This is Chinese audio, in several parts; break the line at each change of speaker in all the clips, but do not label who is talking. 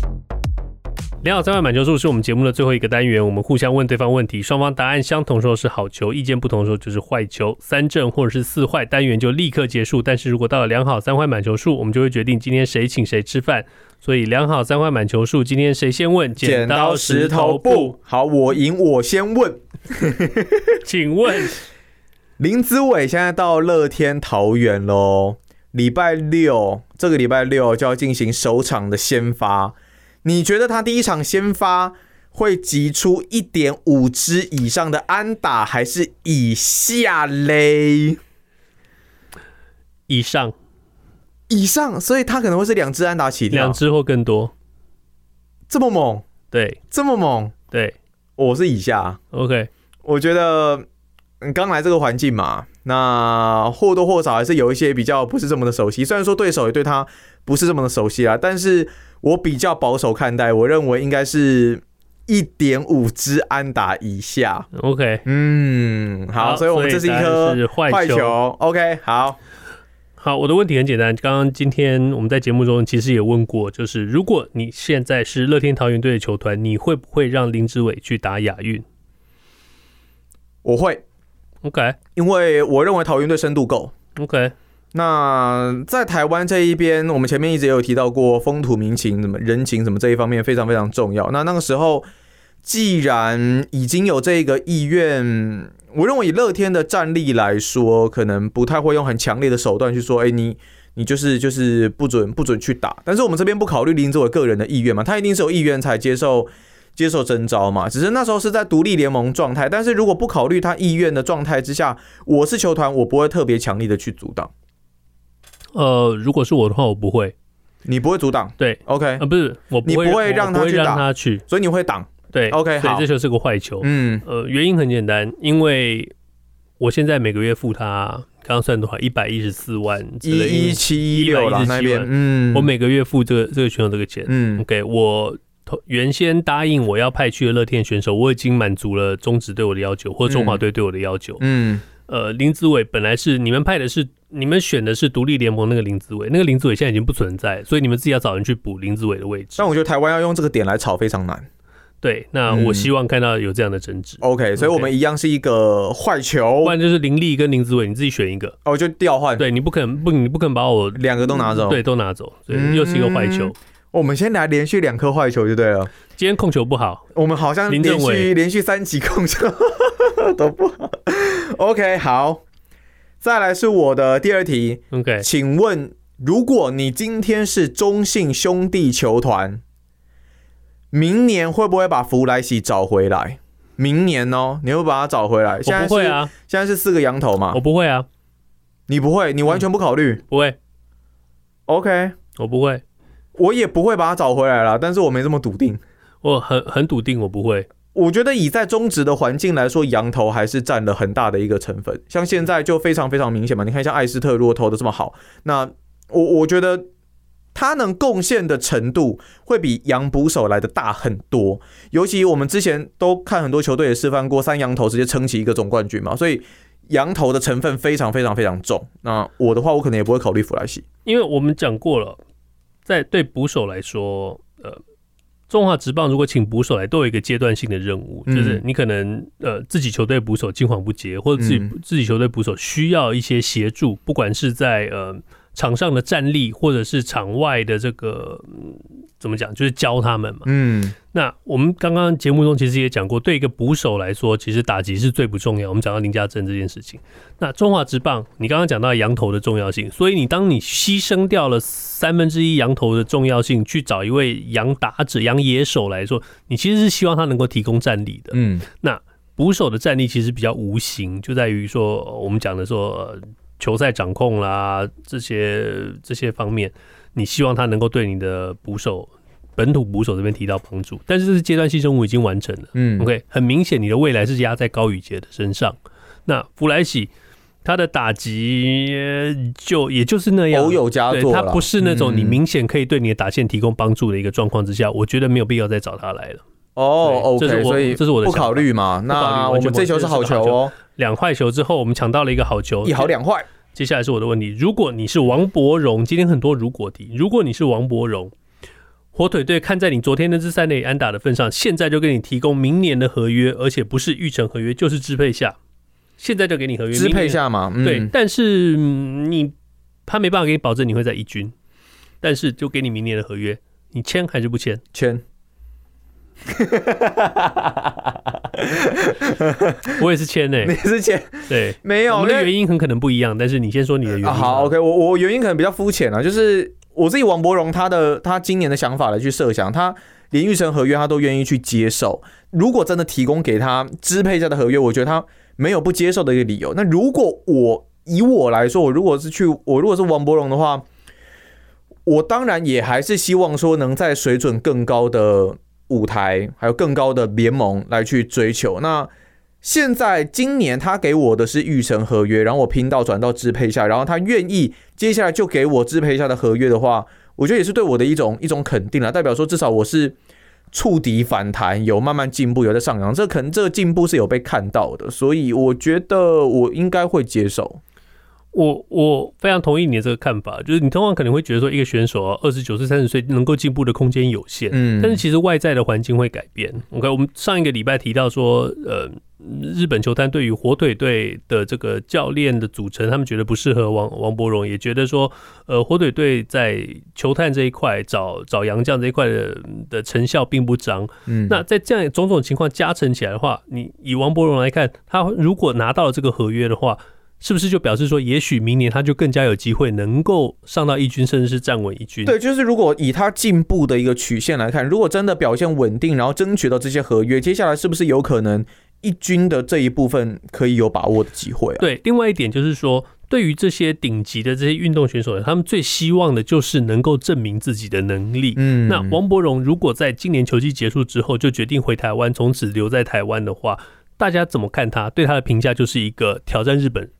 “两好三坏满球数”是我们节目的最后一个单元，我们互相问对方问题，双方答案相同的时候是好球，意见不同的时候就是坏球。三正或者是四坏单元就立刻结束，但是如果到了两好三坏满球数，我们就会决定今天谁请谁吃饭。所以两好三坏满球数，今天谁先问？
剪刀石头布，，好，我赢，我先问。
请问
林子伟现在到乐天桃园喽，礼拜六，这个礼拜六就要进行首场的先发。你觉得他第一场先发会击出一点五支以上的安打，还是以下嘞？
以上
以上，所以他可能会是两支安打起跳
两，只或更多？
这么猛，
对
这么猛，
对
我是以下。
，OK，
我觉得嗯刚来这个环境嘛，那或多或少还是有一些比较不是这么的熟悉。虽然说对手也对他不是这么的熟悉啦，但是我比较保守看待，我认为应该是一点五支安打以下。
OK，
嗯，好，
好
所以我们这是一
所以答案
颗
是坏球
OK，好，
好，我的问题很简单。刚刚今天我们在节目中其实也问过，就是如果你现在是乐天桃园队的球团，你会不会让林志伟去打亚运
我会，
？OK
因为我认为桃园队深度够。
OK，
那在台湾这一边，我们前面一直有提到过风土民情、什么人情、什么这一方面非常非常重要。那那个时候，既然已经有这个意愿，我认为以乐天的战力来说，可能不太会用很强烈的手段去说，哎、你你就是就是不准不准去打。但是我们这边不考虑林志伟个人的意愿嘛，他一定是有意愿才接受。接受征召嘛，只是那时候是在独立联盟状态，但是如果不考虑他意愿的状态之下，我是球团，我不会特别强力的去阻挡。
呃，如果是我的话，我不会。
你不会阻挡
对，
，OK，
啊、不是，我不
哎你
会，
不会让
我不
他
会
去
让
打
他去。
所以你会挡，
对
OK，
所以
好
这就是个坏球。
嗯，
呃，原因很简单，因为我现在每个月付他，刚刚算多少？一百一十四万之
一
类的，
一七一六啦
117
那边
万，
嗯，
我每个月付这个这个选手这个钱。
嗯
OK，我投原先答应我要派去的乐天选手，我已经满足了中职对我的要求，或中华队对我的要求。
嗯
呃，林子伟本来是你们派的是你们选的是独立联盟那个林子伟，那个林子伟现在已经不存在，所以你们自己要找人去补林子伟的位置
但。我觉得台湾要用这个点来炒非常难
对，那
嗯
我希望看到有这样的争执，
，OK，所以我们一样是一个坏球
不，然就是林立跟林子伟你自己选一个。
哦，就调换，
对你不可能不你不可能把我
两个都拿走，
对，都拿走，
嗯
对，又是一个坏球。
我们先来连续两颗坏球就对了，
今天控球不好，
我们好像
林
连
政
续
委
连续三集控球都不好，OK，好，再来是我的第二题，
OK，
请问，如果你今天是中信兄弟球团，明年会不会把福莱喜找回来？明年哦，你会把他找回来？现
我
在是
不会，啊，
现在是四个羊头嘛
我？不会啊，
你不会，你完全不考虑。
不会，
OK，
我不会，
我也不会把他找回来了，但是我没这么笃定。
我很很笃定我不会。
我觉得以在中职的环境来说，羊头还是占了很大的一个成分。像现在就非常非常明显嘛，你看像艾斯特如果投的这么好，那我我觉得他能贡献的程度会比洋捕手来的大很多。尤其我们之前都看很多球队也示范过三羊头直接撑起一个总冠军嘛，所以羊头的成分非常非常非常重。那我的话，我可能也不会考虑弗莱西。
因为我们讲过了，在对捕手来说，呃，中华职棒如果请捕手来，都有一个阶段性的任务，
嗯
就是你可能呃自己球队捕手青黄不接，或者自己、
嗯
自己球队捕手需要一些协助，不管是在呃场上的战力，或者是场外的这个、嗯怎么讲，就是教他们嘛。
嗯
那我们刚刚节目中其实也讲过，对一个捕手来说，其实打击是最不重要。我们讲到林家正这件事情，那中华职棒，你刚刚讲到羊头的重要性，所以你当你牺牲掉了三分之一羊头的重要性，去找一位羊打者、羊野手来说，你其实是希望他能够提供战力的。
嗯
捕手的战力其实比较无形，就在于说呃我们讲的说、呃、球赛掌控啦这些这些方面，你希望他能够对你的捕手本土捕手这边提到帮助，但是这是阶段性任务已经完成了。
嗯
OK，很明显你的未来是压在高宇杰的身上。那弗莱喜，他的打击呃就也就是那样，
偶有佳
对
作
他
啦，
不是那种你
嗯
明显可以对你的打线提供帮助的一个状况之下，我觉得没有必要再找他来了。
哦
对这是
，OK，
我
所以
这是我的
不
想法
考虑嘛。那
完
我
全不
们
考
这
虑
球是好球
这是好
哦，
两坏球之后，我们抢到了一个好球，
一好两坏。
接下来是我的问题：如果你是王伯荣，今天很多如果题。如果你是王伯荣，火腿队看在你昨天那支三垒安打的份上，现在就给你提供明年的合约，而且不是预成合约，就是支配下，现在就给你合约，
支配
明年。
下嘛，嗯、
对，但是、嗯你他没办法给你保证你会在一军，但是就给你明年的合约，你签还是不签？
圈
我也是签呢、
你是签
对，
没
我
有？
们的
因为
原因很可能不一样，但是你先说你的原因
啊、
吧。
好，OK，我我原因可能比较肤浅啊，就是我自己王伯荣他的他今年的想法来去设想，他连玉成合约他都愿意去接受。如果真的提供给他支配下的合约，我觉得他没有不接受的一个理由。那如果我以我来说，我如果是去我如果是王伯荣的话，我当然也还是希望说能在水准更高的舞台，还有更高的联盟来去追求。那现在今年他给我的是预成合约，然后我拼到转到支配下，然后他愿意接下来就给我支配下的合约的话，我觉得也是对我的一种一种肯定了，啊代表说至少我是触底反弹，有慢慢进步，有在上扬，这可能这个进步是有被看到的，所以我觉得我应该会接受。
我我非常同意你的这个看法，就是你通常可能会觉得说，一个选手啊，二十九岁、三十岁能够进步的空间有限，
嗯，
但是其实外在的环境会改变。OK，我们上一个礼拜提到说，呃，日本球探对于火腿队的这个教练的组成，他们觉得不适合王王伯荣，也觉得说，呃，火腿队在球探这一块找找洋将这一块的嗯的成效并不彰。
嗯
那在这样种种情况加成起来的话，你以王伯荣来看，他如果拿到了这个合约的话，是不是就表示说，也许明年他就更加有机会能够上到一军，甚至是站稳一军？
对，就是如果以他进步的一个曲线来看，如果真的表现稳定，然后争取到这些合约，接下来是不是有可能一军的这一部分可以有把握的机会啊？
对，另外一点就是说，对于这些顶级的这些运动选手，他们最希望的就是能够证明自己的能力。
嗯
那王伯荣如果在今年球季结束之后就决定回台湾，从此留在台湾的话，大家怎么看他？对他的评价就是一个挑战日本，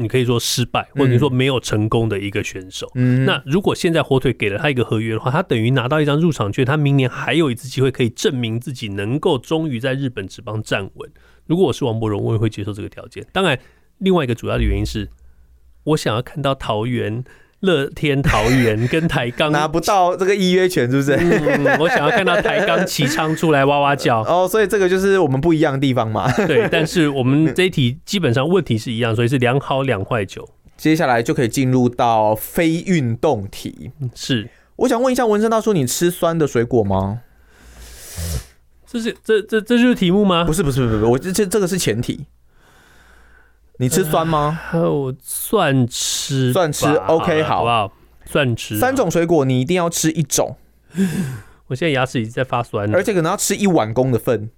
你可以说失败，或者你说没有成功的一个选手。
嗯
那如果现在火腿给了他一个合约的话，他等于拿到一张入场券，他明年还有一次机会可以证明自己能够终于在日本职棒站稳。如果我是王伯荣，我也会接受这个条件。当然，另外一个主要的原因是，我想要看到桃园、乐天桃园跟台钢。
拿不到这个预约权，是不是？
嗯，我想要看到台钢齐昌出来哇哇 叫，
哦，所以这个就是我们不一样的地方嘛。
对。但是我们这一题基本上问题是一样，所以是两好两坏球。
接下来就可以进入到非运动题。
是，
我想问一下文生大叔，你吃酸的水果吗？
这是这这这就是题目吗
不？是不是不是，我这这这个是前提。你吃酸吗？
还有蒜吃吧，
蒜吃，OK，
好不好？蒜吃
三。种水果你一定要吃一种，
我现在牙齿已经在发酸了
而，且可能要吃一碗公的份。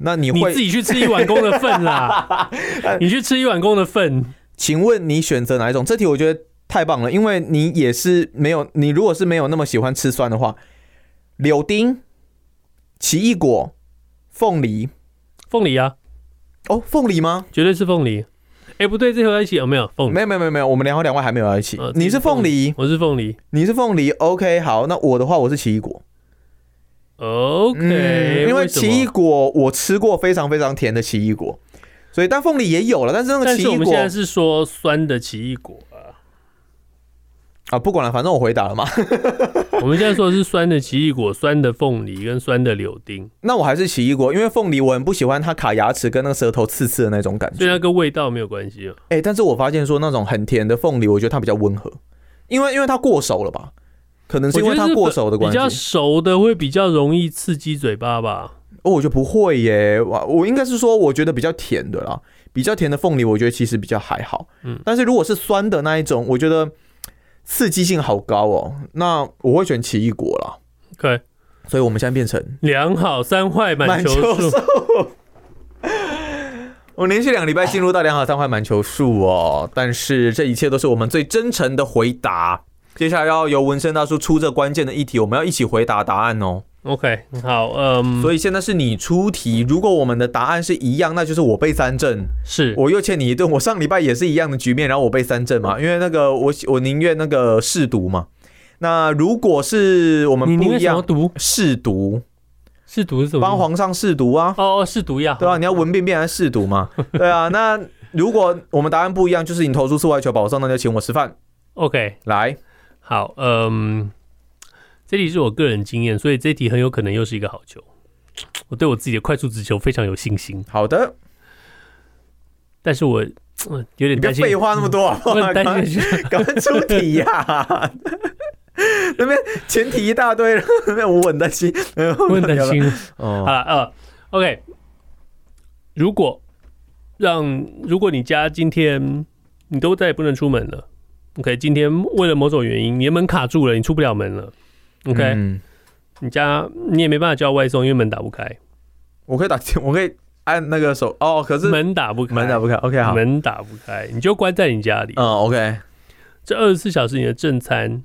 那你
嗯你
会
自己去吃一碗公的份啦， 你去吃一碗公的份。
请问你选择哪一种？这题我觉得太棒了，因为你也是没有，你如果是没有那么喜欢吃酸的话，柳丁、奇异果、凤梨，
凤梨啊，
哦，凤梨吗？
绝对是凤梨。哎，不对，这合在一起有没有凤梨？
没有没有没有没有，我们两好两坏还没有在一起。
呃
你是凤梨，
我是凤梨。
你是凤梨，OK，好，那我的话我是奇异果。
OK，
嗯因为
什
奇
么
异果我吃过非常非常甜的奇异果，所以但凤梨也有了，但是那个
但
奇
是我
异
们
果
现在是说酸的奇异果啊，
啊，不管了，反正我回答了嘛。
我们现在说的是酸的奇异果、酸的凤梨跟酸的柳丁，
那我还是奇异果，因为凤梨我很不喜欢它卡牙齿跟那个舌头刺刺的那种感
所以
觉。
它跟味道没有关系啊。
哎、但是我发现说那种很甜的凤梨，我觉得它比较温和，因为因为它过熟了吧，可 能是因为
我觉
它
得
过熟的关
比较
系。
熟的会比较容易刺激嘴巴吧。
哦，我觉得不会耶，我我应该是说我觉得比较甜的啦，比较甜的凤梨，我觉得其实比较还好。
嗯
但是如果是酸的那一种，我觉得刺激性好高哦，那我会选奇异果啦。
OK，
所以我们现在变成
两好三坏满球数。
数。我连续两个礼拜进入到良好三坏满球数哦，但是这一切都是我们最真诚的回答。接下来要由纹身大叔出这关键的一题，我们要一起回答答案哦。
OK，好，嗯，
所以现在是你出题，如果我们的答案是一样，那就是我被三振，
是
我又欠你一顿。我上礼拜也是一样的局面，然后我被三振嘛，因为那个我我宁愿那个试读嘛。那如果是我们
你宁
不
愿
一
什么
样，
毒？
试读
是毒是什么毒？
帮皇上试读啊，
哦哦，是毒药。
对啊，你要闻便便还是试读 嘛？对啊，那如果我们答案不一样，就是你投出四外球保送，那就请我吃饭
OK，
来。
好，嗯，这题是我个人经验，所以这题很有可能又是一个好球。我对我自己的快速直球非常有信心，
好的，
但是我、嗯有点
你不要
担心。
废话那啊么多好不
我
好，
很
赶快
担心的是，
赶快出题呀、 那边前提一大堆，那边我很担心，
我
我
很担。 心。好
哦，
了，呃，OK，如果让如果你家今天你都再也不能出门了，OK，今天为了某种原因你的门卡住了，你出不了门了，OK，、
嗯
你家你也没办法叫外送，因为门打不开，
我可以打电，我可以按那个手哦，可是
门打不开，
门打不开。OK，好，
门打不开，你就关在你家里。
嗯，OK，
这二十四小时你的正餐，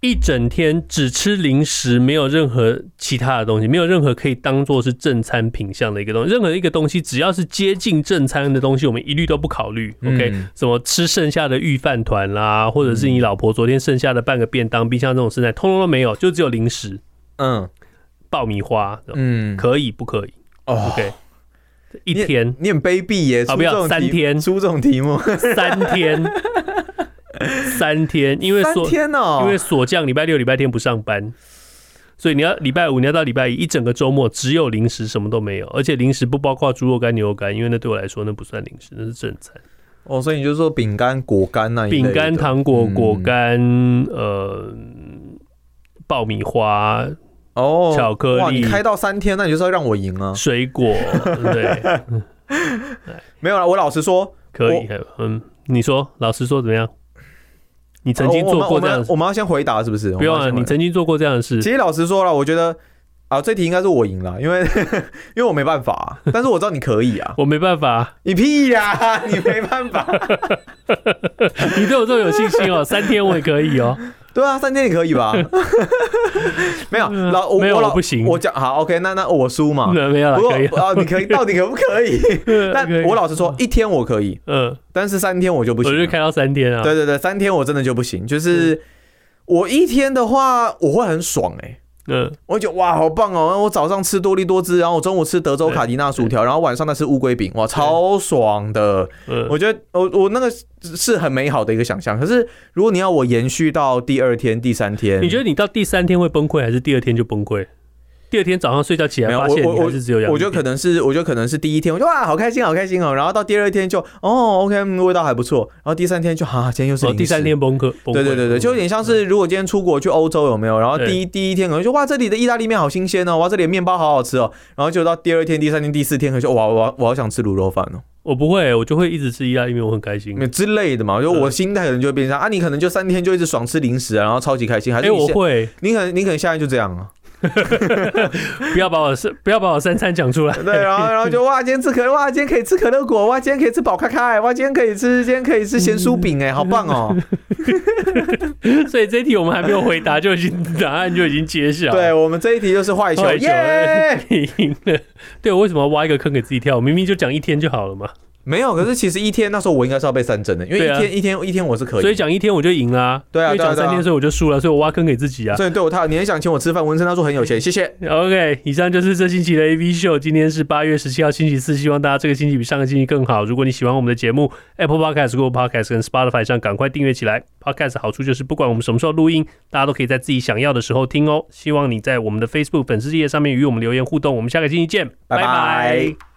一整天只吃零食，没有任何其他的东西，没有任何可以当做是正餐品项的一个东西。任何一个东西，只要是接近正餐的东西，我们一律都不考虑。OK，、
嗯
什么吃剩下的御饭团啦，或者是你老婆昨天剩下的半个便当，冰箱这种剩菜，通通都没有，就只有零食、
嗯
爆米花，
嗯，
可以不可以
哦，
？OK，、一天
你很卑鄙耶，
好
出
不
这
要
种
三
题
天
出这种题目，
三 天。三天，因为
三
所
天哦，
因为锁匠礼拜六、礼拜天不上班，所以你要礼拜五，你要到礼拜一，一整个周末只有零食，什么都没有，而且零食不包括猪肉干、牛肉干，因为那对我来说那不算零食，那是正餐。
哦，所以你就说饼干、果干那一类的
饼干、糖果、
嗯
果干，呃，爆米花、
哦，
巧克力
哇，你开到三天，那你就是要让我赢啊？
水 果，对，
没有啦，我老实说，
可以，嗯，你说，老实说怎么样？你曾经
哦
做
我
过
们
这
我
样
们
的
我们要先回答是不是？
不用
用
啊，你曾经做过这样的事，
其，实老实说了，我觉得啊，这题应该是我赢了，因为 因为我没办法啊、但是我知道你可以啊
我没办法，
你屁呀、你没办法，
你对我这么有信心哦，三天我也可以 哦，
对啊，三天你可以吧？ 没有老我
嗯没有
我老
我不行
我讲好 OK，那那我输嘛。
嗯没有了，
不过
可以了，嗯
啊，你可以，到底可不可以？ 但
可以
我老实说，一天我可以，
嗯。
但是三天我就不行
我
了。
就嗯开到三天啊。
对对对，三天我真的就不行。就是我一天的话，我会很爽哎、
嗯，
我会觉得哇，好棒哦！我早上吃多利多汁，然后我中午吃德州卡迪娜薯条，然后晚上再吃乌龟饼，哇，超爽的！
嗯
我觉得我我那个是很美好的一个想象。可是如果你要我延续到第二天、第三天，
你觉得你到第三天会崩溃，还是第二天就崩溃？第二天早上睡觉起
没
来
有
发
我
现
我
你还是只有阳
我觉得
痿
可能是，我觉得可能是第一天，我就哇，好开心，好开心哦！然后到第二天就哦，OK，嗯味道还不错。然后第三天就哈、啊，今天又是
哦，
零食、
第三天崩溃，嗯崩溃
对对对对，就有点像是如果今天出国去欧洲有没有？然后第一第一天可能就哇这里的意大利面好新鲜哦，哇这里的面包好好吃哦，然后就到第二天、第三天、第四天，可能就哇我我好想吃卤肉饭哦，
我不会，我就会一直吃意大利面，我很开心。
之类的嘛，就
嗯
我心态可能就会变成这样啊，你可能就三天就一直爽吃零食、啊，然后超级开心，还
哎、
是你
我
下、
会，
你可能你可能下来就 这样啊，
不要把我三不要把我三餐讲出来。
对，然后然后就哇今天吃可哇今天可以吃可乐果，哇今天可以吃宝咖咖、哎，哇今天可以吃今天可以吃咸酥饼哎、好棒 哦，
所以这一题我们还没有回答，就已经答案就已经揭晓。
对，我们这一题就是坏球
坏啊球
耶。
你赢了。 对我为什么要挖一个坑给自己跳？我明明就讲一天就好了嘛。
没有，可是其实一天那时候我应该是要被三针的，因为一
对啊
天、一天一天我是可以的，
所以讲一天我就赢啦、
对啊
因为讲
对啊对啊
三天，所以我就输了，所以我挖坑给自己啊。
所以对我他，你很想请我吃饭，文森他说很有钱，谢谢。
OK，以上就是这星期的 AV 秀。今天是八月十七号星期四，希望大家这个星期比上个星期更好。如果你喜欢我们的节目，Apple Podcast、Google Podcast 跟 Spotify 上赶快订阅起来。Podcast 的好处就是不管我们什么时候录音，大家都可以在自己想要的时候听哦。希望你在我们的 Facebook 粉丝页上面与我们留言互动。我们下个星期见，
拜拜
拜